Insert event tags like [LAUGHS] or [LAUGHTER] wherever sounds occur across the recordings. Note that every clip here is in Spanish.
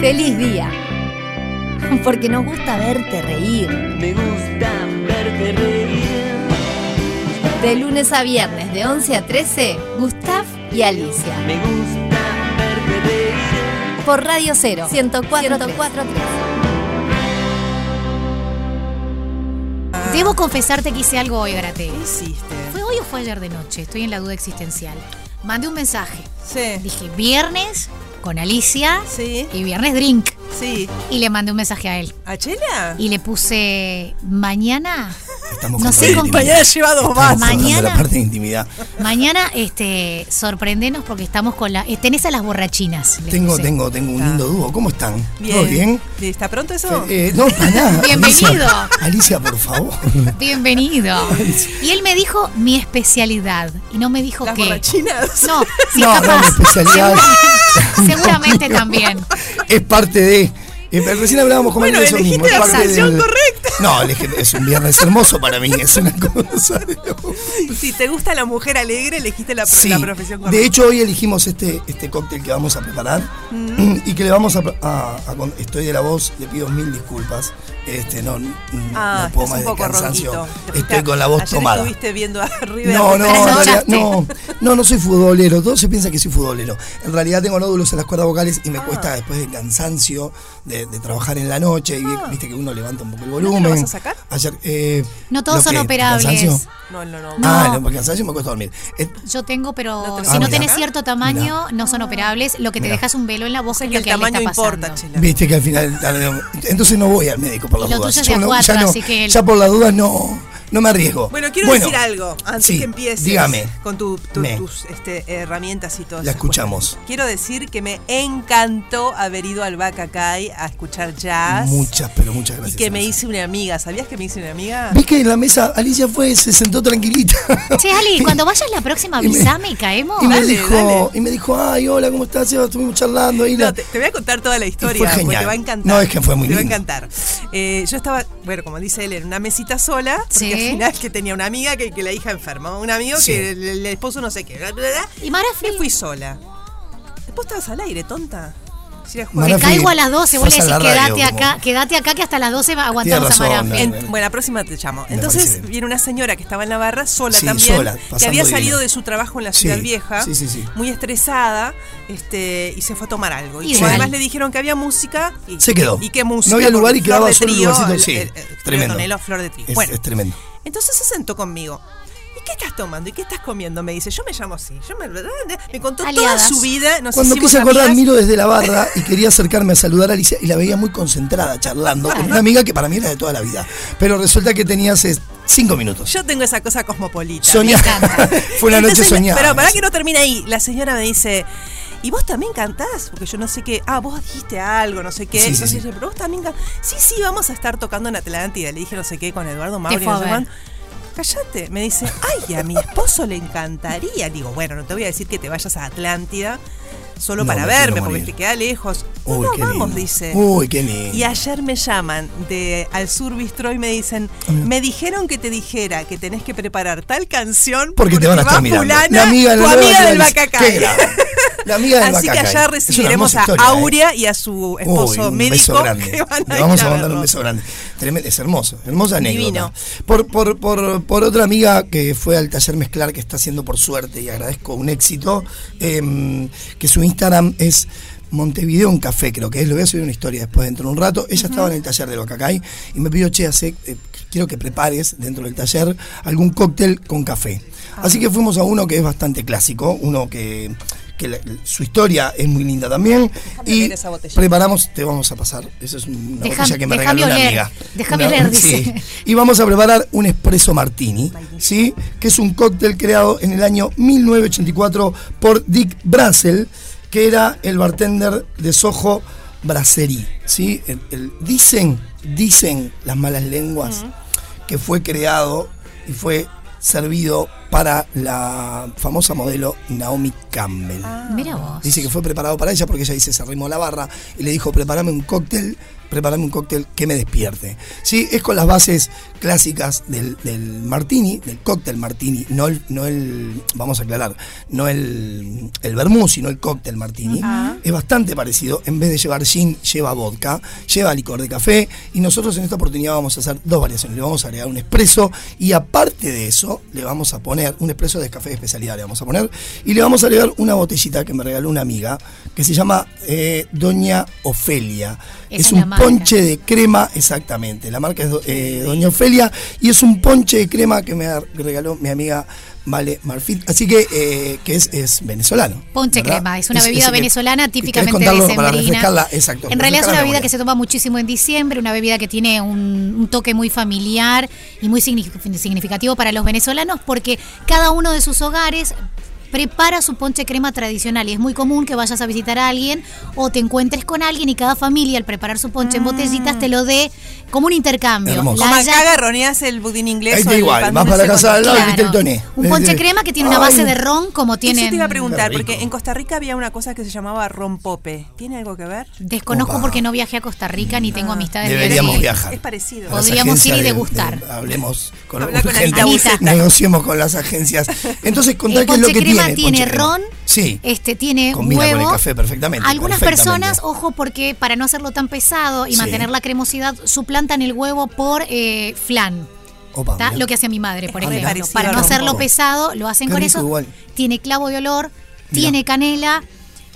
Feliz día. [LAUGHS] Porque nos gusta verte reír. Me gusta verte reír. De lunes a viernes, de 11 a 13, Gustav y Alicia. Me gusta verte reír. Por Radio Cero, 104. 104.3. Debo confesarte que hice algo hoy, Garate. ¿Qué hiciste? ¿Fue hoy o fue ayer de noche? Estoy en la duda existencial. Mandé un mensaje. Sí. Dije viernes con Alicia Sí. y viernes drink. Sí. Y le mandé un mensaje a él. ¿A Chela? Y le puse mañana. Estamos No sé contando con la Mañana intimidad. lleva dos Estamos más. contando Mañana- la parte de intimidad. Mañana, este, sorprendenos porque estamos con la. eh, Tenés a las borrachinas. le Tengo, puse. tengo, tengo un lindo dúo. ¿Cómo están? ¿Todo bien? ¿Está pronto eso? Eh, no, para nada. Bienvenido. Alicia, Alicia, por favor. [LAUGHS] Bienvenido. Y él me dijo mi especialidad. Y no me dijo Las qué. borrachinas. [LAUGHS] [LAUGHS] No, si no, no, mi capaz. especialidad [LAUGHS] [LAUGHS] Seguramente también. es parte de. eh, recién hablábamos con Bueno, Manuel de eso elegiste mismo. es la parte canción correcta. No, elegí- es un viernes hermoso para mí. Es una cosa de loco. Si te gusta la mujer alegre, elegiste la, pro- Sí, la profesión correcta. de hecho hoy elegimos este, este cóctel que vamos a preparar Mm. [CLEARS THROAT] y que le vamos a, a- a con- Estoy de la voz, le pido mil disculpas. Este, no, n- Ah, no puedo estás más un de poco cansancio. ronquito. Estoy con la voz Ayer tomada. estuviste viendo a River. [LAUGHS] No, no, jugar. en Trasnochaste. realidad, no, no, no soy futbolero. Todo se piensa que soy futbolero. En realidad tengo nódulos en las cuerdas vocales Ah. y me cuesta después del cansancio de, de trabajar en la noche. Y viste que uno levanta un poco el Ah. te lo vas volumen. a sacar? Ayer, eh, No todos ¿lo son qué? operables. ¿Cansancio? No, no, no. No. Ah, no, porque cansancio me cuesta dormir. Eh, Yo tengo, pero No te si lo no puedo tenés sacar. cierto tamaño, no son operables. Lo que te Mirá. dejas un velo en la boca es Que lo el que a él le tamaño está importa, pasando. Chela. Viste que al final. Entonces no voy al médico por las Y lo dudas. tuyo es de Yo a no- cuatro, ya, no- así que el- ya por las dudas no, no me arriesgo. Bueno, quiero decir algo antes sí, que empieces Dígame. con tu- tu- Me. tus este, herramientas y todo eso. La escuchamos. Quiero decir que me encantó haber ido al Bacacay a escuchar jazz. Muchas, pero muchas Y gracias. que me Alicia. hice una amiga. ¿Sabías que me hice una amiga? ¿Ves que en la mesa Alicia fue, se sentó [LAUGHS] tranquilita? Che, [LAUGHS] Ali, cuando vayas la próxima, [LAUGHS] Y me- avisame y caemos. Y me, Dale, dijo, dale. y me dijo, ay, hola, ¿cómo estás? Seba? Estuvimos charlando ahí. la- No, te, te voy a contar toda la historia. fue porque genial. te va a encantar. No, es que fue muy Te va a lindo. encantar. Eh, yo estaba, bueno, como dice él, en una mesita sola. Porque Sí. al final que tenía una amiga que, que la hija enferma. Un amigo Sí. que el, el esposo no sé qué. Bla, bla, bla. Y Mara Me Fri- fui sola. Después estabas al aire, tonta. Si era Mara Te jugar. Fri- caigo a las 12, vos le Vas a decís la radio, quédate como- acá, quédate acá que hasta las 12 va- aguantamos Tienes a razón, eh. Mara. Fri. Dani. En- bueno, la próxima te llamo. Me parece Entonces bien. viene una señora que estaba en la barra sola Sí, también, sola, que pasando había salido divino. de su trabajo en la Sí, ciudad vieja, sí, sí, sí. muy estresada, este, y se fue a tomar algo. Y Y como sí. además le dijeron que había música. Y, Se quedó. ¿Y qué música? No había lugar y Flor quedaba de solo el Trío, lugarcito, el- sí, el- el- tremendo. Tonelo, Flor de Trío. es, bueno, es tremendo. entonces se sentó conmigo. ¿Y qué estás tomando? ¿Y qué estás comiendo? Me dice, yo me llamo así. Yo me, me contó toda Aliadas. su vida. Nos Cuando hicimos quise acordar, amigas. miro desde la [LAUGHS] barra y quería acercarme a saludar a Alicia y la veía muy concentrada charlando con una amiga que para mí era de toda la vida. Pero resulta que tenía hace cinco minutos. Yo tengo esa cosa cosmopolita. Soñá. encanta. [LAUGHS] Fue una noche Entonces, la- soñada. Pero para que no termine ahí, la señora me dice, ¿y vos también cantás? Porque yo no sé qué, ah, vos dijiste algo, no sé qué. Sí, sí, Entonces sí. dice, pero vos también cantás. Sí, sí, vamos a estar tocando en Atlántida. Le dije no sé qué con Eduardo Mauri. fue a no sé ver. cuánto. Cállate, me dice, ay, a mi esposo le encantaría. Digo, bueno, no te voy a decir que te vayas a Atlántida solo No, para me quiero verme, porque morir. te queda lejos. No, Uy, no, qué vamos, lindo. dice. Uy, qué lindo. Y ayer me llaman de Al Sur Bistro y me dicen, me dijeron que te dijera que tenés que preparar tal canción Porque te van a va estar mirando. fulana, la amiga, de tu la amiga nueva del Alicia. Bacacay. Qué grave. La amiga del Así que Bacacay. allá Es una recibiremos hermosa a historia, ¿eh? Aurea y a su esposo Uy, un médico beso grande. que van a Le vamos ir a a mandar un vernos. beso grande. Tremendo, Es hermoso, hermosa Divino. anécdota. Por, por, por, por otra amiga que fue al taller mezclar, que está haciendo por suerte y agradezco un éxito, em, que su Instagram es Montevideo en Café, creo que es. Lo voy a subir una historia después dentro de un rato. Ella estaba en el taller de Bacacay y me pidió, che, hace, eh, quiero que prepares dentro del taller algún cóctel con café. Ah. Así que fuimos a uno que es bastante clásico, uno que, que la- su historia es muy linda también. y ver esa botella. preparamos, te vamos a pasar. Esa es una Dejam- botella que dejame me regaló una oler, amiga. dejame Una- oler, dice. sí. Y vamos a preparar un espresso martini, ¿sí? Que es un cóctel creado en el año 1984 por Dick Brassel, que era el bartender de Soho Brasserie, ¿sí? El- el- dicen, dicen las malas lenguas que fue creado y fue servido para la famosa modelo Naomi Campbell. Ah, Mira vos. Dice que fue preparado para ella porque ella dice, se arrimó la barra y le dijo, prepárame un cóctel, prepárame un cóctel que me despierte. Sí, es con las bases clásicas del, del martini, del cóctel martini, no el, no el, vamos a aclarar, no el, el vermú, sino el cóctel martini. Es bastante parecido, en vez de llevar gin, lleva vodka, lleva licor de café y nosotros en esta oportunidad vamos a hacer dos variaciones, le vamos a agregar un espresso y aparte de eso le vamos a poner un espresso de café de especialidad, le vamos a poner y le vamos a agregar una botellita que me regaló una amiga que se llama eh, Doña Ofelia. Esa es es la un marca. ponche de crema, exactamente. La marca es do- eh, Doña Ofelia y es un ponche de crema que me regaló mi amiga Vale Marfit. Así que, eh, que es, es venezolano. Ponche ¿verdad? crema, es una bebida ese que- venezolana que querés típicamente contarlo para decembrina. refrescarla, exacto. en realidad es refrescar una la bebida memoria. que se toma muchísimo en diciembre, una bebida que tiene un, un toque muy familiar y muy signifi- significativo para los venezolanos porque cada uno de sus hogares prepara su ponche crema tradicional y es muy común que vayas a visitar a alguien o te encuentres con alguien y cada familia al preparar su ponche en botellitas te lo dé como un intercambio. Hermoso. La Ah. Como haya- acá agarroneás el budín inglés. Ahí o está el igual, pan vas para dulce la casa con- del lado y Claro. viste el toné. Un ponche Este, crema que tiene una base ay, de ron como Eso te iba a tienen... preguntar, Qué rico. porque en Costa Rica había una cosa que se llamaba rompope. ¿Tiene algo que ver? Desconozco Opa. porque no viajé a Costa Rica ni tengo amistades de Deberíamos allí. viajar. Es parecido. A las Podríamos ir y agencias de- degustar. de- hablemos con, Habla con urgente, Anita. negociemos con las agencias. Entonces, contá El qué es Eh, lo ponche que tiene. crema el tiene ponche crema. ron, Sí. este tiene Combina con el huevo. café perfectamente, Algunas perfectamente. personas, ojo, porque para no hacerlo tan pesado y Sí. mantener la cremosidad, suplantan el huevo por eh, flan. Opa, ¿tá? mirá. Lo que hace mi madre, por Es muy ejemplo. parecido Para al no hacerlo rompope. pesado, lo hacen Qué con rico eso. igual. Tiene clavo de olor, tiene canela,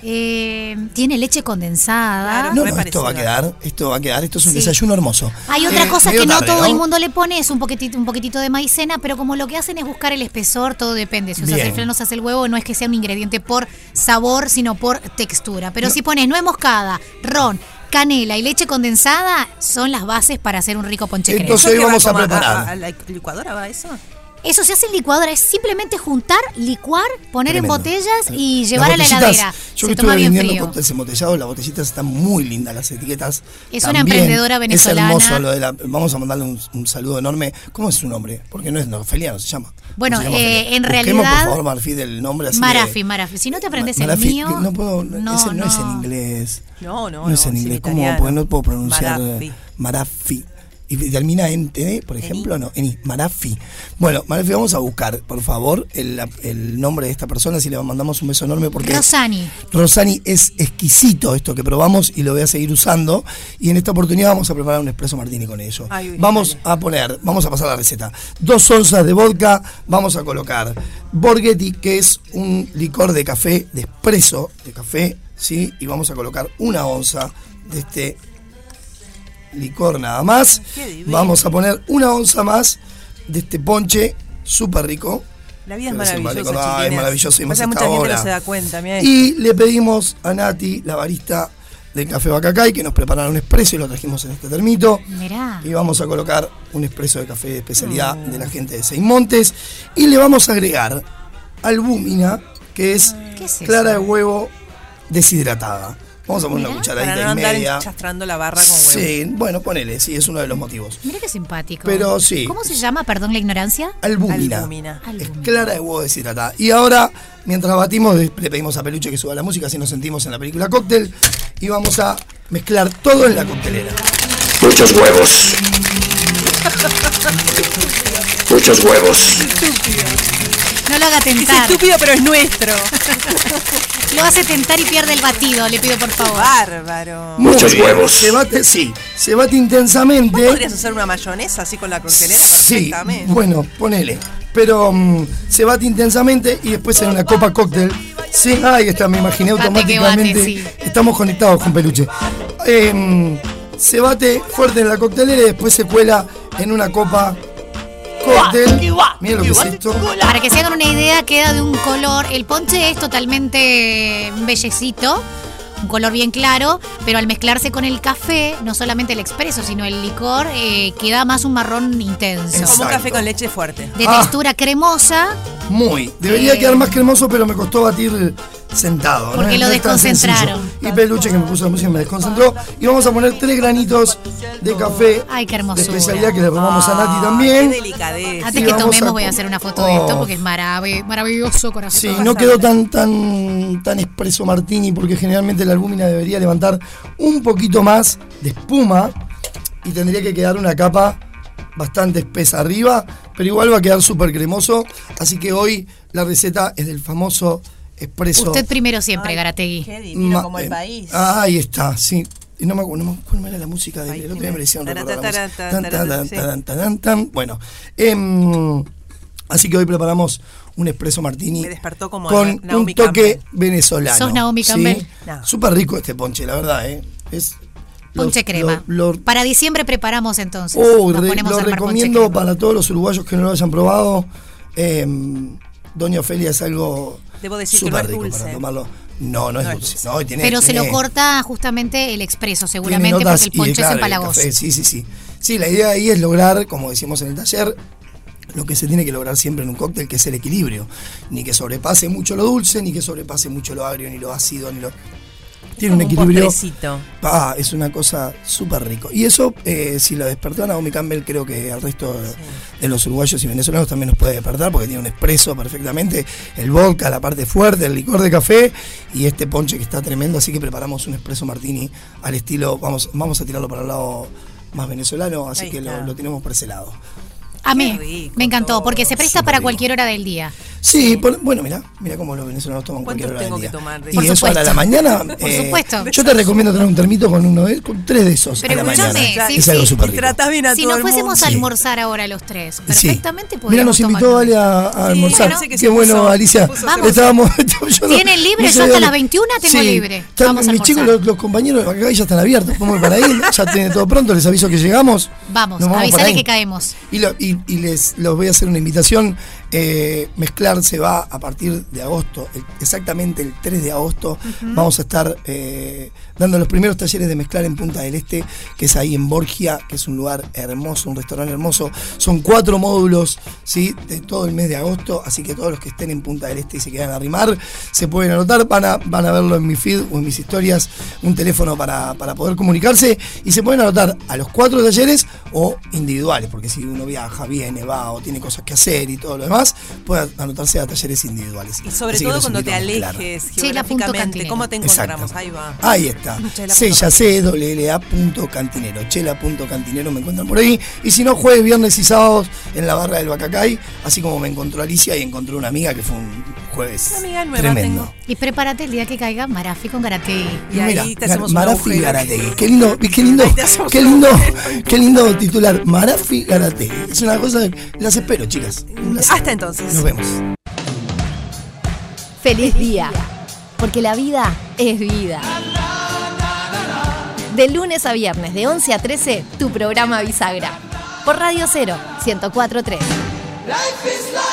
eh, tiene leche condensada. Claro, No, re no, esto parecido. va a quedar, esto va a quedar, esto es un Sí. desayuno hermoso. Hay otra Eh, cosa medio que no tarde, todo el mundo le pone, es un poquitito, un poquitito de maicena, pero como lo que hacen es buscar el espesor, todo depende. Si usas Bien. el flan, no usas el huevo, no es que sea un ingrediente por sabor, sino por textura. Pero si pones nuez moscada, ron, canela y leche condensada, son las bases para hacer un rico ponche crema. Entonces, hoy ¿Eso qué va vamos a como preparar. ¿A la licuadora va eso? Eso se hace en licuadora, es simplemente juntar, licuar, poner Tremendo. en botellas y Las llevar a la botellitas, heladera. Yo que se toma estuve bien vendiendo frío. cócteles embotellados, las botellitas están muy lindas, las etiquetas. Es una también. emprendedora venezolana. Es hermoso lo de la. Vamos a mandarle un, un saludo enorme. ¿Cómo es su nombre? Porque no es Ofelia, no se llama. Bueno, No se llama eh, Ofelia. en Busquemos, realidad- por favor, Marfil, el nombre así. de- Marafi, Marafi. Si no te aprendes el Marafi, mío. que No puedo. no, ese no, es en no. inglés. No, no, No es no, en es inglés. en ¿Cómo? italiano. Porque no puedo pronunciar. eh, Marafi. Marafi. Y termina en T, por ejemplo, no, en I, Marafi. Bueno, Marafi, vamos a buscar, por favor, el, el nombre de esta persona, si le mandamos un beso enorme porque... Rosani. Rosani es exquisito esto que probamos y lo voy a seguir usando. Y en esta oportunidad vamos a preparar un espresso martini con ello. Ay, uy, vamos a poner, vamos a pasar la receta. Dos onzas de vodka, vamos a colocar Borghetti, que es un licor de café, de espresso de café, ¿sí? Y vamos a colocar una onza de este licor nada más. Qué divino. Vamos a poner una onza más de este ponche súper rico. La vida es Pero maravillosa, simpático, ay, chiquines. maravilloso, y más Pasa esta mucha gente hora. no se da cuenta, mirá Y le pedimos a Nati, la barista del Café Bacacay, que nos preparara un espresso y lo trajimos en este termito. Mirá. Y vamos a colocar un espresso de café de especialidad Mm. de la gente de Seis Montes. Y le vamos a agregar albúmina, que es, Ah. ¿Qué es eso? clara de huevo deshidratada. Vamos a poner una Mirá, cucharadita Para no y andar media. chastrando la barra con huevo. Sí, bueno, ponele, sí, es uno de los motivos. Mira qué simpático. Pero sí. ¿Cómo se llama? Perdón la ignorancia. Albúmina. Albúmina. Es Albúmina. clara de huevo deshidratada. Y ahora, mientras batimos, le le pedimos a Peluche que suba la música, así nos sentimos en la película Cóctel. Y vamos a mezclar todo en la coctelera. Muchos huevos. Muchos huevos. No lo haga Es [LAUGHS] tentar. estúpido, pero es nuestro. Lo hace tentar y pierde el batido, le pido por favor. Bárbaro. Muy Muchos bien. huevos. Se bate, sí, se bate ¿Vos podrías intensamente. hacer una mayonesa así con la coctelera Sí, perfectamente? bueno, ponele. Pero mm, se bate intensamente y después en una copa cóctel. Sí, ahí está, me imaginé Bate que bate, automáticamente. sí. Estamos conectados con Peluche. Em, se bate fuerte en la coctelera y después se cuela en una copa cóctel. Mira lo que es esto. Para que se hagan una idea, queda de un color. El ponche es totalmente un bellecito, un color bien claro, pero al mezclarse con el café, no solamente el expreso, sino el licor, eh, queda más un marrón intenso. Como un Exacto. café con leche fuerte. De Ah. textura cremosa, Muy. Debería Eh. quedar más cremoso, pero me costó batir sentado. ¿no? Porque lo No es tan desconcentraron. sencillo. y Peluche, que me puso la música y me desconcentró. Y vamos a poner tres granitos de café Ay, qué de hermosura. especialidad que le robamos a Nati Qué también. delicadeza. Antes Sí, que vamos tomemos a- voy a hacer una foto de Oh. esto porque es marav- maravilloso corazón. Sí, no quedó tan, tan, tan expreso Martini porque generalmente la albúmina debería levantar un poquito más de espuma y tendría que quedar una capa bastante espesa arriba, pero igual va a quedar súper cremoso. Así que hoy la receta es del famoso expreso. Usted primero siempre, Ay, Garategui. Qué divino Ma- como el eh, país. Ahí está, sí. Y no me acuerdo, no me acuerdo cuál era la música del Ay, el otro qué día me me- hicieron recordar la taratara, música. Tan, taratara, tan, sí. tan, tan, tan, tan. Bueno, em, así que hoy preparamos un espresso martini Me despertó como con Na- Naomi un toque Campbell. venezolano. Sos Naomi ¿sí? Campbell. No. Súper rico este ponche, la verdad, ¿eh? Es lo- Ponche crema. lo- lo- Para diciembre preparamos entonces. Oh, Nos re- ponemos lo a armar ponche recomiendo crema. para todos los uruguayos que no lo hayan probado. Em, Doña Ofelia es algo Debo decir que no súper es rico dulce. para tomarlo. No, no es No es dulce. dulce. No, y tiene- Pero se lo tiene- corta justamente el expreso, tiene seguramente, notas porque el y, ponche es claro, el empalagoso. café, Sí, sí, sí. Sí, la idea ahí es lograr, como decimos en el taller, lo que se tiene que lograr siempre en un cóctel, que es el equilibrio. Ni que sobrepase mucho lo dulce, ni que sobrepase mucho lo agrio, ni lo ácido, ni lo... Tiene un como un equilibrio. postrecito. Ah, es una cosa súper rico. Y eso, eh, si lo despertó a Naomi Campbell, creo que al resto de- de los uruguayos y venezolanos también nos puede despertar, porque tiene un expreso perfectamente, el vodka, la parte fuerte, el licor de café y este ponche que está tremendo. Así que preparamos un expreso martini al estilo, vamos, vamos a tirarlo para el lado más venezolano, así Ahí que lo, está. lo tenemos por ese lado. Amé. Qué rico Me encantó, todo. porque se presta Súper para rico. cualquier hora del día. Sí, por- bueno, mira, mira cómo los venezolanos toman ¿Cuántos cualquier hora tengo del que día. tomar de y eso? eso Por a la supuesto. mañana. eh, Por supuesto. Yo te recomiendo traer un termito con uno de, con tres de esos Pero a la escúchame, mañana. sí, es algo sí. súper rico. Tratás bien a Si todo nos el fuésemos a Sí. almorzar ahora los tres, Sí. perfectamente Mira, podríamos nos tomar invitó un- Ale a, a almorzar. parece que Qué se bueno, puso- Alicia. se puso Vamos. Estábamos, [LAUGHS] yo no- ¿Tienen libre? no Yo hasta sabía- las 21 tengo libre. Están- Vamos a mis chicos, almorzar. los, los compañeros acá ya están abiertos. Vamos para ahí. Ya tienen todo pronto. Les aviso que llegamos. Vamos, Nos para avísale ahí. que caemos. Y, lo- y- y les los voy a hacer una invitación. Eh, mezclar se va a partir de agosto, el- exactamente el 3 de agosto. Vamos a estar eh, dando los primeros talleres de mezclar en Punta del Este, que es ahí en Borgia, que es un lugar hermoso, un restaurante hermoso. Son cuatro módulos ¿sí? de todo el mes de agosto, así que todos los que estén en Punta del Este y se quieran arrimar, se pueden anotar, van a, van a verlo en mi feed o en mis historias, un teléfono para, para poder comunicarse y se pueden anotar a los cuatro talleres o individuales, porque si uno viaja, viene, va o tiene cosas que hacer y todo lo demás, puede anotarse a talleres individuales. Y sobre Así que todo los cuando te invitamos, claro. alejes Sheila punto geográficamente, Cantinero. ¿cómo te Exacto. Ah, encontramos? Ahí va. Ahí está. Chela. Sella C, WLA punto cantinero. Chela punto cantinero me encuentran por ahí. Y si no, jueves, viernes y sábados en la barra del Bacacay. Así como me encontró Alicia y encontró una amiga que fue un jueves. Una amiga nueva tremendo. tengo. Y prepárate el día que caiga Marafi con Garategui. Y ahí Mira, te hacemos un Marafi agujero. Garategui. [LAUGHS] Qué lindo, qué lindo, Ahí te hacemos qué un lindo, qué lindo titular. Marafi Garategui. Es una cosa, las espero, chicas. Las- Hasta entonces. Nos vemos. Feliz día, porque la vida es vida. De lunes a viernes, de 11 a 13, tu programa Bisagra. Por Radio 0, 1043. Life is life.